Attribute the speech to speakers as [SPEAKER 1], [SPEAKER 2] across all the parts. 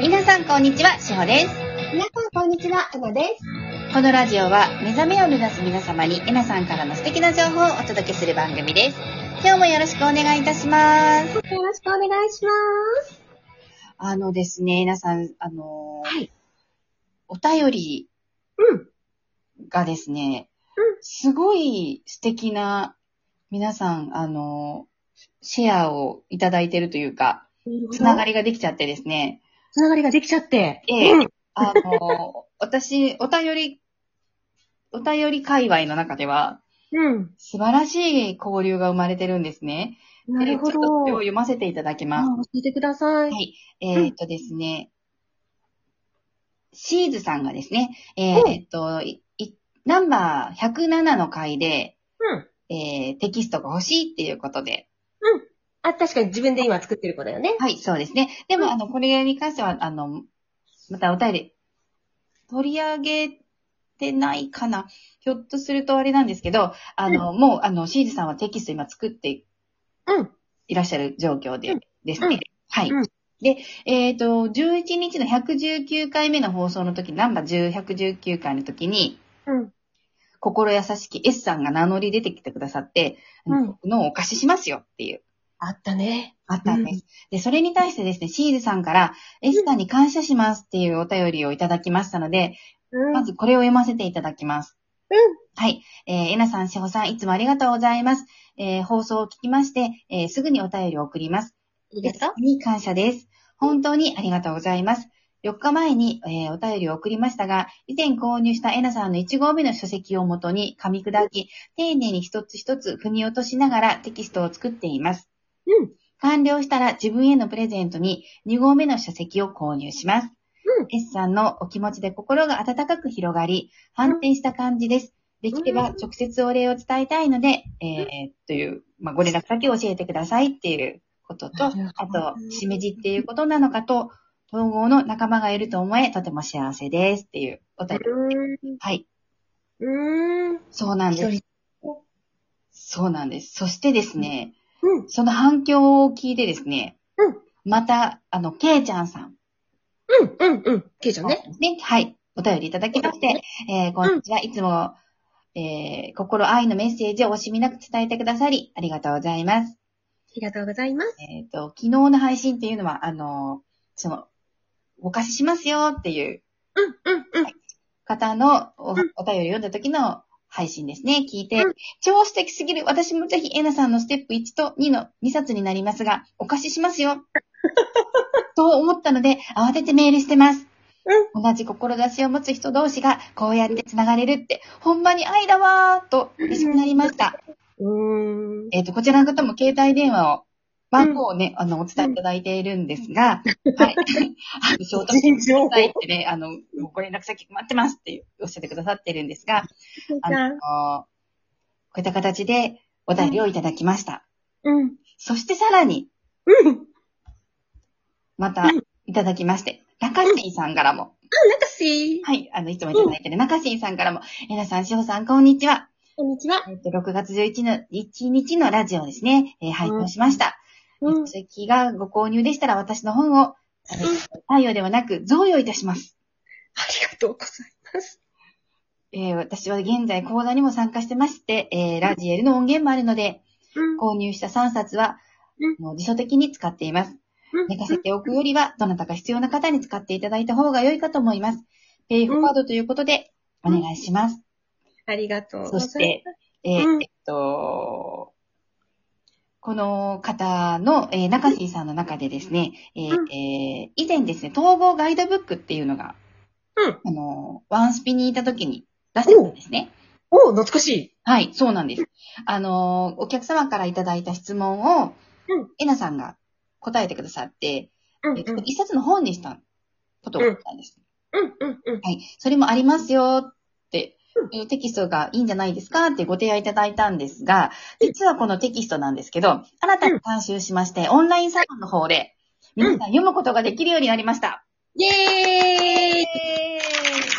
[SPEAKER 1] 皆さんこんにちは、しほです。
[SPEAKER 2] 皆さん、こんにちは。えなです。
[SPEAKER 1] このラジオは目覚めを目指す皆様にえなさんからの素敵な情報をお届けする番組です。今日もよろしくお願いいたします。
[SPEAKER 2] よろしくお願いします。
[SPEAKER 1] あのですね、えなさん、あのー
[SPEAKER 2] はい
[SPEAKER 1] お便り
[SPEAKER 2] うん
[SPEAKER 1] がですね、
[SPEAKER 2] うん
[SPEAKER 1] すごい素敵な皆さん、あのーシェアをいただいてるというか、つなが
[SPEAKER 2] り。
[SPEAKER 1] りができちゃってですね、
[SPEAKER 2] つながりができちゃって。
[SPEAKER 1] ええ
[SPEAKER 2] うん
[SPEAKER 1] あの、私、お便り、お便り界隈の中では、
[SPEAKER 2] うん。
[SPEAKER 1] 素晴らしい交流が生まれてるんですね。
[SPEAKER 2] なるほ
[SPEAKER 1] えーちょっと
[SPEAKER 2] ど。
[SPEAKER 1] 今日読ませていただき
[SPEAKER 2] あ
[SPEAKER 1] ます。
[SPEAKER 2] 教えてください。。
[SPEAKER 1] はいい。えーっとですね、シーズさんがですね、え
[SPEAKER 2] うん
[SPEAKER 1] ーっと、いいナンバー107の回で、
[SPEAKER 2] うん。
[SPEAKER 1] えーテキストが欲しいっていうことで、
[SPEAKER 2] あ、確かに自分で今作ってる子だよね。
[SPEAKER 1] はい、そうですね。で
[SPEAKER 2] う
[SPEAKER 1] も、
[SPEAKER 2] ん
[SPEAKER 1] あの、これに関しては、あの、またお便り、取り上げてないかな。ひょっとするとあれなんですけど、あの、もう、あの、シーズさんはテキスト今作って
[SPEAKER 2] うん。
[SPEAKER 1] いらっしゃる状況で、
[SPEAKER 2] うん
[SPEAKER 1] ですね。
[SPEAKER 2] うん
[SPEAKER 1] はい。
[SPEAKER 2] うん
[SPEAKER 1] で、えっ、と、11日の119回目の放送の時、ナンバー10、119回の時に、
[SPEAKER 2] うん。
[SPEAKER 1] 心優しき S さんが名乗り出てきてくださって、
[SPEAKER 2] うん
[SPEAKER 1] 僕のをお貸ししますよっていう。
[SPEAKER 2] あったね。
[SPEAKER 1] あったんです。で、それに対してですね、シールさんから、エスタに感謝しますっていうお便りをいただきましたので、
[SPEAKER 2] うん
[SPEAKER 1] まずこれを読ませていただきます。
[SPEAKER 2] うん
[SPEAKER 1] はい。えー、えなさん、しほさん、いつもありがとうございます。えー放送を聞きまして、えーすぐにお便りを送ります。
[SPEAKER 2] いいですか
[SPEAKER 1] に感謝です。本当にありがとうございます。4日前に、えーお便りを送りましたが、以前購入したエナさんの1号目の書籍をもとに噛み砕き、丁寧に一つ一つ踏み落としながらテキストを作っています。
[SPEAKER 2] うん
[SPEAKER 1] 完了したら自分へのプレゼントに2号目の書籍を購入します。
[SPEAKER 2] うん
[SPEAKER 1] S さんのお気持ちで心が温かく広がり、反転した感じです。できれば直接お礼を伝えたいので、えーという、まあ、ご連絡先を教えてくださいっていうことと、
[SPEAKER 2] なるほ
[SPEAKER 1] あ
[SPEAKER 2] ど
[SPEAKER 1] と、しめじっていうことなのかと、統合の仲間がいると思え、とても幸せですっていうお便り。はい。
[SPEAKER 2] うん。うん。
[SPEAKER 1] そうなんで
[SPEAKER 2] 一
[SPEAKER 1] す。そうなんです。そしてですね、
[SPEAKER 2] うん。
[SPEAKER 1] その反響を聞いてですね、
[SPEAKER 2] うん
[SPEAKER 1] また、あの、けいちゃんさん。
[SPEAKER 2] うん。うん。うん。ケイちゃんね。
[SPEAKER 1] ね。はい。お便りいただきまして、えー、こんにちは。いつも、えー、心愛のメッセージを惜しみなく伝えてくださり、ありがとうございます。
[SPEAKER 2] ありがとうございます。
[SPEAKER 1] えっ、と、昨日の配信っていうのは、あの、その、お貸ししますよっていう
[SPEAKER 2] うん。うん。うん。
[SPEAKER 1] 方のお,、
[SPEAKER 2] うん
[SPEAKER 1] お便りを読んだ時の配信ですね、聞いて、
[SPEAKER 2] うん
[SPEAKER 1] 超素敵すぎる。私もぜひ、エナさんのステップ1と2の2冊になりますが、お貸しします よ。と思ったので、慌ててメールしてます。同じ志を持つ人同士が、こうやって繋がれるって、ほんまに愛だわーと、嬉しくなりました。
[SPEAKER 2] うん。
[SPEAKER 1] えっ、と、こちらの方も携帯電話を、番号をね、あの、お伝えいただいているんですが、 はい。あの、ショートしてくださいってね、あの、もうご連絡先待ってますっておっしゃってくださってるんですが、
[SPEAKER 2] ケイ
[SPEAKER 1] あ
[SPEAKER 2] ちゃ
[SPEAKER 1] のこ
[SPEAKER 2] ん。、
[SPEAKER 1] ういった形でお便りをいただきました。
[SPEAKER 2] うん。
[SPEAKER 1] そしてさらに、
[SPEAKER 2] うん。なん
[SPEAKER 1] また
[SPEAKER 2] うん
[SPEAKER 1] いただきまして、中新さんからも、
[SPEAKER 2] かしー。
[SPEAKER 1] はい、あの、いつもいただいてる中新さんからも、えなさん、しほさん、こんにちは。
[SPEAKER 2] こんにちは。
[SPEAKER 1] えっと、6月11の1日のラジオですね、えー拝聴しました。
[SPEAKER 2] うん
[SPEAKER 1] 書。籍がご購入でしたら私の本を、太陽ではなく贈与いたします。
[SPEAKER 2] ありがとうございます。
[SPEAKER 1] えー私は現在講座にも参加してまして、えーラジエルの音源もあるので、
[SPEAKER 2] うん
[SPEAKER 1] 購入した3冊は
[SPEAKER 2] うん、
[SPEAKER 1] もう自主的に使っています。寝かせておくよりは、どなたか必要な方に使っていただいた方が良いかと思います。ペイフォワードということで、お
[SPEAKER 2] うん
[SPEAKER 1] 願いします。
[SPEAKER 2] ありがとうござ
[SPEAKER 1] そ
[SPEAKER 2] います。
[SPEAKER 1] して、えー
[SPEAKER 2] うん
[SPEAKER 1] えっと、この方の、えー中杉さんの中でですね、えー
[SPEAKER 2] うん
[SPEAKER 1] えー以前ですね、統合ガイドブックっていうのが、
[SPEAKER 2] うん
[SPEAKER 1] あの、ワンスピにいた時に出してたんですね。
[SPEAKER 2] お懐かしい。
[SPEAKER 1] はい、そうなんです。あの、お客様からいただいた質問を、
[SPEAKER 2] うん
[SPEAKER 1] えなさんが答えてくださって、
[SPEAKER 2] うん
[SPEAKER 1] えっと一冊の本にしたことがあったんです。
[SPEAKER 2] うん、うん、うん。
[SPEAKER 1] はい。それもありますよって
[SPEAKER 2] う、
[SPEAKER 1] いうテキストがいいんじゃないですかってご提案いただいたんですが、実はこのテキストなんですけど、新たに監修しまして、オンラインサロンの方で、
[SPEAKER 2] うん
[SPEAKER 1] 皆さん読むことができるようになりました。
[SPEAKER 2] イェーイ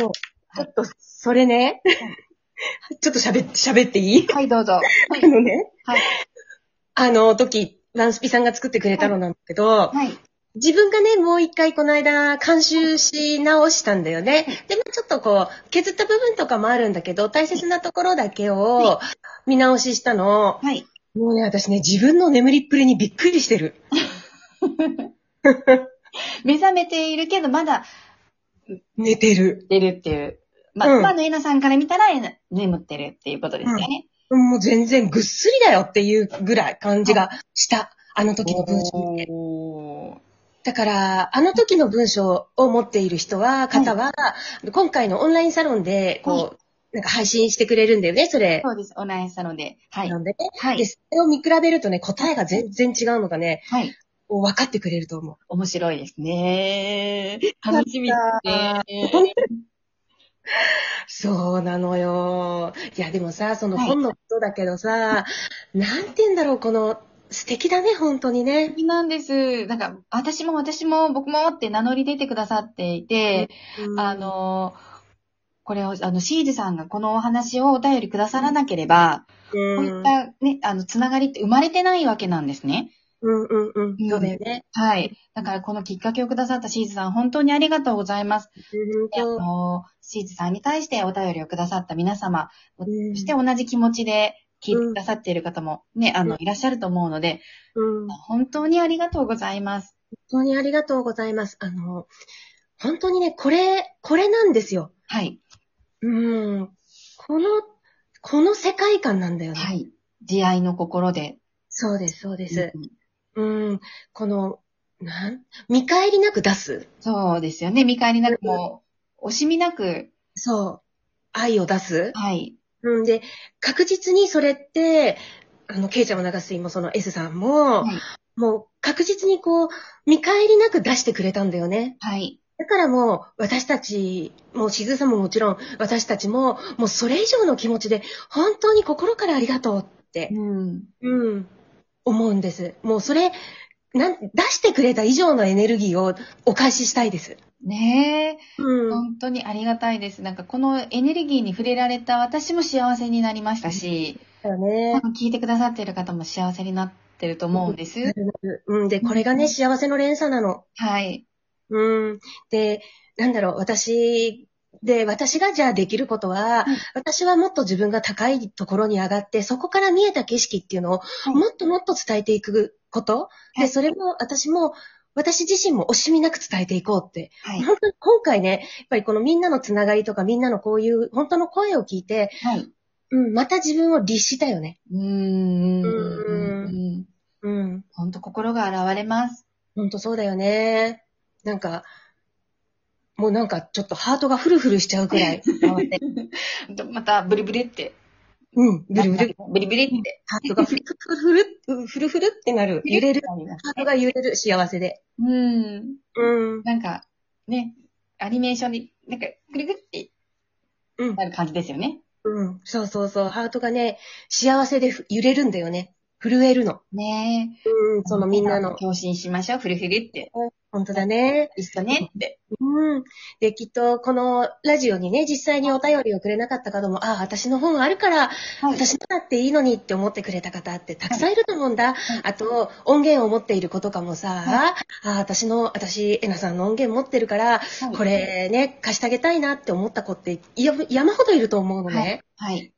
[SPEAKER 2] もう、ちょっと、それね、ちょっと喋って、喋っていい
[SPEAKER 1] はい、どうぞ。
[SPEAKER 2] あのね、
[SPEAKER 1] はい
[SPEAKER 2] あの時、ワンスピさんが作ってくれたのなんだけど、
[SPEAKER 1] はい。
[SPEAKER 2] 自分がね、もう一回この間、監修し直したんだよね。で、まあちょっとこう、削った部分とかもあるんだけど、大切なところだけを見直ししたの。
[SPEAKER 1] はい。
[SPEAKER 2] もうね、私ね、自分の眠りっぷりにびっくりしてる。
[SPEAKER 1] 目覚めているけど、まだ
[SPEAKER 2] 寝てる。
[SPEAKER 1] 出るっていう。まあ、
[SPEAKER 2] うん
[SPEAKER 1] 今のエナさんから見たら、えな眠ってるっていうことですよね。
[SPEAKER 2] もう全然ぐっすりだよっていうぐらい感じがした。あの時の文章見て。
[SPEAKER 1] おー
[SPEAKER 2] だから、あの時の文章を持っている人は、方は、今回のオンラインサロンで、こう、なんか配信してくれるんだよね、それ。
[SPEAKER 1] そうです。オンラインサロンで。はい
[SPEAKER 2] な。んでね。
[SPEAKER 1] は
[SPEAKER 2] で、
[SPEAKER 1] い。
[SPEAKER 2] それを見比べるとね、答えが全然違うのがね、
[SPEAKER 1] はい。
[SPEAKER 2] こう分かってくれると思う。
[SPEAKER 1] 面白いですね。楽しみですね。
[SPEAKER 2] そうなのよ。いや、でもさ、その
[SPEAKER 1] はい
[SPEAKER 2] 本のことだけどさ、なんて言うんだろう、この、素敵だね、本当にね。
[SPEAKER 1] なんです。なんか、私も私も僕もって名乗り出てくださっていて、あ、の、これを、あの、シーズさんがこのお話をお便りくださらなければ、
[SPEAKER 2] うん、
[SPEAKER 1] こういったね、あの、つながりって生まれてないわけなんですね。
[SPEAKER 2] うんうんうん。そうだよね。
[SPEAKER 1] はい。だから、このきっかけをくださったシーズさん、本当にありがとうございます。であ
[SPEAKER 2] 本
[SPEAKER 1] の、シーズさんに対してお便りをくださった皆様、
[SPEAKER 2] 当
[SPEAKER 1] そして同じ気持ちで聞いてくださっている方もね、あ
[SPEAKER 2] う
[SPEAKER 1] の、いらっしゃると思うので、
[SPEAKER 2] うん
[SPEAKER 1] 本当にありがとうございます。
[SPEAKER 2] 本当にありがとうございます。あの、本当にね、これ、これなんですよ。
[SPEAKER 1] はい。
[SPEAKER 2] うん。この、この世界観なんだよね。
[SPEAKER 1] はい。慈愛の心で。
[SPEAKER 2] そうです、そうで
[SPEAKER 1] う
[SPEAKER 2] す。
[SPEAKER 1] ん
[SPEAKER 2] うん。この、なん見返りなく出す。
[SPEAKER 1] そうですよね。見返りなくも、惜しみなく、
[SPEAKER 2] そう。愛を出す。
[SPEAKER 1] はい。
[SPEAKER 2] うんで、確実にそれって、あの、ケイちゃんも長水もその S さんも、
[SPEAKER 1] はい
[SPEAKER 2] もう確実にこう、見返りなく出してくれたんだよね。
[SPEAKER 1] はい。
[SPEAKER 2] だからもう、私たち、もうしずさんももちろん、私たちも、もうそれ以上の気持ちで、本当に心からありがとうって、
[SPEAKER 1] うん。
[SPEAKER 2] うん、思うんです。もうそれ、なん、出してくれた以上のエネルギーをお返ししたいです。
[SPEAKER 1] ねえ、
[SPEAKER 2] うん。
[SPEAKER 1] 本当にありがたいです。なんかこのエネルギーに触れられた私も幸せになりましたし、
[SPEAKER 2] だよ
[SPEAKER 1] 多
[SPEAKER 2] ね。
[SPEAKER 1] 分聞いてくださっている方も幸せになってると思うんです。
[SPEAKER 2] うん。で、これがね、幸せの連鎖なの。
[SPEAKER 1] はい。
[SPEAKER 2] うん。で、なんだろう、私、で、私がじゃあできることは、
[SPEAKER 1] はい
[SPEAKER 2] 私はもっと自分が高いところに上がって、そこから見えた景色っていうのを、
[SPEAKER 1] い
[SPEAKER 2] もっともっと伝えていくこと。
[SPEAKER 1] は
[SPEAKER 2] で、
[SPEAKER 1] い
[SPEAKER 2] それも私も、私自身も惜しみなく伝えていこうって。
[SPEAKER 1] はい。
[SPEAKER 2] 本当に今回ね、やっぱりこのみんなのつながりとかみんなのこういう本当の声を聞いて、
[SPEAKER 1] はい。
[SPEAKER 2] うん、また自分を律したよね。
[SPEAKER 1] うーん。
[SPEAKER 2] う
[SPEAKER 1] うん
[SPEAKER 2] うん。
[SPEAKER 1] 本当心が現れます。
[SPEAKER 2] 本当そうだよね。なんか、もうなんかちょっとハートがフルフルしちゃうくらい。
[SPEAKER 1] また、ブリブリって。
[SPEAKER 2] うん、ブルブル。
[SPEAKER 1] ブリブリって。
[SPEAKER 2] ハートがフルフルフル、フルフルってなる。揺れる。。ハートが揺れる。幸せで。
[SPEAKER 1] うん。
[SPEAKER 2] うん。
[SPEAKER 1] なんか、ね、アニメーションで、なんか、くりくりって
[SPEAKER 2] うん。
[SPEAKER 1] なる感じですよね。
[SPEAKER 2] うん。そうそうそう。ハートがね、幸せでふ揺れるんだよね。震えるの。
[SPEAKER 1] ねえ。
[SPEAKER 2] うん。そのみんなの。
[SPEAKER 1] 共振しましょう。ふるふるって。
[SPEAKER 2] 本当だね。
[SPEAKER 1] 一緒ねって。
[SPEAKER 2] うん。で、きっと、このラジオにね、実際にお便りをくれなかった方も、ああ、私の本あるから、
[SPEAKER 1] はい
[SPEAKER 2] 私のだっていいのにって思ってくれた方ってたくさんいると思うんだ。
[SPEAKER 1] い
[SPEAKER 2] あと、音源を持っている子とかもさ、
[SPEAKER 1] は
[SPEAKER 2] ああ、私の、私、えなさんの音源持ってるから、こ。れね、貸してあげたいなって思った子っていや山ほどいると思うのね。
[SPEAKER 1] はいはい。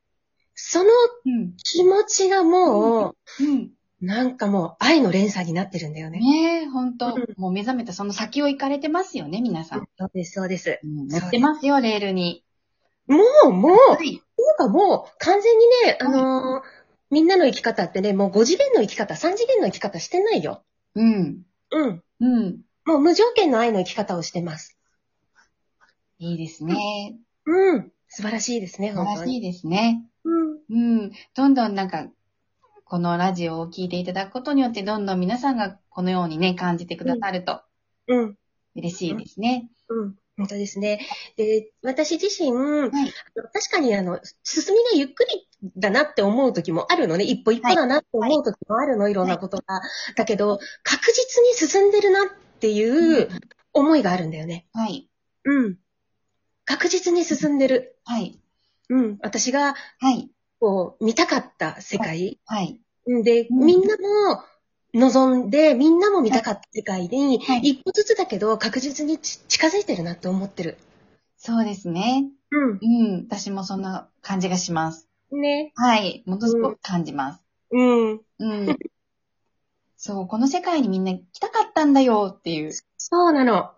[SPEAKER 2] その
[SPEAKER 1] うん。
[SPEAKER 2] 気持ちがも
[SPEAKER 1] うん。
[SPEAKER 2] う、なんかもう愛の連鎖になってるんだよね。
[SPEAKER 1] ねえ、本当
[SPEAKER 2] うん
[SPEAKER 1] もう目覚めたその先を行かれてますよね、皆さん。
[SPEAKER 2] そうです、そうです。
[SPEAKER 1] うん乗ってますよ、レールに。
[SPEAKER 2] もう、もう、
[SPEAKER 1] い。
[SPEAKER 2] なんかもう完全にね、あのーみんなの生き方ってね、もう5次元の生き方、3次元の生き方してないよ。
[SPEAKER 1] うん。
[SPEAKER 2] うん。
[SPEAKER 1] うん。
[SPEAKER 2] もう無条件の愛の生き方をしてます。
[SPEAKER 1] いいですね。
[SPEAKER 2] うん。素晴らしいですね、
[SPEAKER 1] 素晴
[SPEAKER 2] 本
[SPEAKER 1] ら
[SPEAKER 2] 当
[SPEAKER 1] し
[SPEAKER 2] に。
[SPEAKER 1] いですね。
[SPEAKER 2] うん。
[SPEAKER 1] うん。どんどんなんか、このラジオを聞いていただくことによって、どんどん皆さんがこのようにね、感じてくださると
[SPEAKER 2] うん。
[SPEAKER 1] 嬉しいですね。
[SPEAKER 2] うん。本当ですね。で、私自身、
[SPEAKER 1] い
[SPEAKER 2] 確かにあの、進みがゆっくりだなって思う時もあるのね。一歩一歩だなって思う時もあるの、い、ろんなことが。だけど、確実に進んでるなっていう思いがあるんだよね。
[SPEAKER 1] はい。
[SPEAKER 2] うん。確実に進んでる。
[SPEAKER 1] はい。
[SPEAKER 2] うん。私が、
[SPEAKER 1] はい。
[SPEAKER 2] こう、見たかった世界。
[SPEAKER 1] はい。
[SPEAKER 2] で、
[SPEAKER 1] うん
[SPEAKER 2] みんなも、望んで、みんなも見たかった世界に、
[SPEAKER 1] はい
[SPEAKER 2] 一歩ずつだけど確実にち近づいてるなって思ってる。
[SPEAKER 1] そうですね。
[SPEAKER 2] う
[SPEAKER 1] うん。私もそんな感じがします。
[SPEAKER 2] ん。ね。
[SPEAKER 1] はい。ものすごく感じます。
[SPEAKER 2] うん。
[SPEAKER 1] うん。そう、この世界にみんな来たかったんだよっていう。
[SPEAKER 2] そうなの。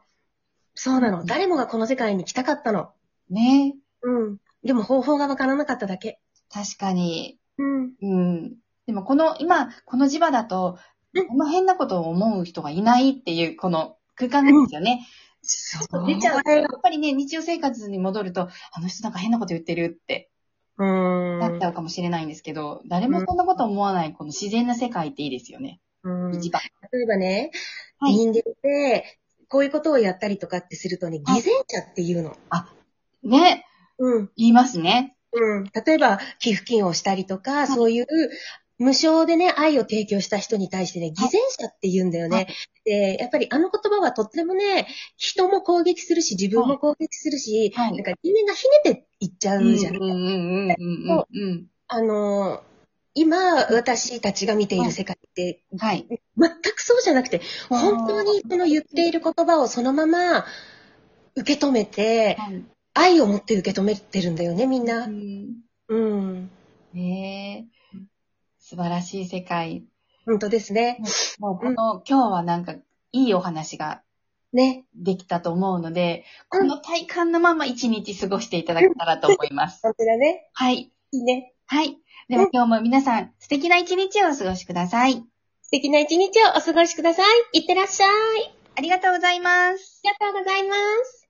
[SPEAKER 2] そう
[SPEAKER 1] う
[SPEAKER 2] なの。
[SPEAKER 1] ん
[SPEAKER 2] 誰もがこの世界に来たかったの。
[SPEAKER 1] ね。
[SPEAKER 2] うん。でも方法がわからなかっただけ。
[SPEAKER 1] 確かに。
[SPEAKER 2] うん。
[SPEAKER 1] うん。でもこの、今、この磁場だと
[SPEAKER 2] うん、
[SPEAKER 1] この変なことを思う人がいないっていう、この空間なんですよね。
[SPEAKER 2] そ
[SPEAKER 1] ちょっと出ちゃう。やっぱりね、日常生活に戻ると、あの人なんか変なこと言ってるって
[SPEAKER 2] う
[SPEAKER 1] なっ
[SPEAKER 2] ん
[SPEAKER 1] ち。ゃうかもしれないんですけど、誰もそんなこと思わない、この自然な世界っていいですよね。
[SPEAKER 2] うん
[SPEAKER 1] 一番。
[SPEAKER 2] 例えばね、
[SPEAKER 1] はい
[SPEAKER 2] 人間って、こういうことをやったりとかってするとね、
[SPEAKER 1] はい
[SPEAKER 2] 偽善者っていうの。
[SPEAKER 1] ね、
[SPEAKER 2] うん。
[SPEAKER 1] 言いますね。
[SPEAKER 2] うん。例えば、寄付金をしたりとか、
[SPEAKER 1] い
[SPEAKER 2] そういう、無償でね、愛を提供した人に対してね、偽善者って言うんだよ
[SPEAKER 1] は
[SPEAKER 2] ね。で、やっぱりあの言葉はとってもね、人も攻撃するし、自分も攻撃するし、
[SPEAKER 1] はいはい
[SPEAKER 2] なんか人間がひねていっちゃ
[SPEAKER 1] うんう
[SPEAKER 2] うんじゃん。
[SPEAKER 1] うんうんうんうんうん。
[SPEAKER 2] あの、今、私たちが見ている世界って、
[SPEAKER 1] はい。
[SPEAKER 2] 全くそうじゃなくて、
[SPEAKER 1] あー
[SPEAKER 2] 本当にその言っている言葉をそのまま受け止めて、
[SPEAKER 1] はい
[SPEAKER 2] 愛を持って受け止めてるんだよね、みん
[SPEAKER 1] う
[SPEAKER 2] な。
[SPEAKER 1] ん
[SPEAKER 2] うん。
[SPEAKER 1] ねえ。素晴らしい世界。
[SPEAKER 2] 本当ですね。
[SPEAKER 1] もうこの、今日はなんか、いいお話が
[SPEAKER 2] ね。
[SPEAKER 1] できたと思うので、
[SPEAKER 2] うん
[SPEAKER 1] この体感のまま一日過ごしていただけたらと思います。
[SPEAKER 2] 本当だね。
[SPEAKER 1] はい。
[SPEAKER 2] いいね。
[SPEAKER 1] はい。では今日も皆さん、素敵な一日をお過ごしください。
[SPEAKER 2] 素敵な一日をお過ごしください。いってらっしゃい。
[SPEAKER 1] ありがとうございます。
[SPEAKER 2] ありがとうございます。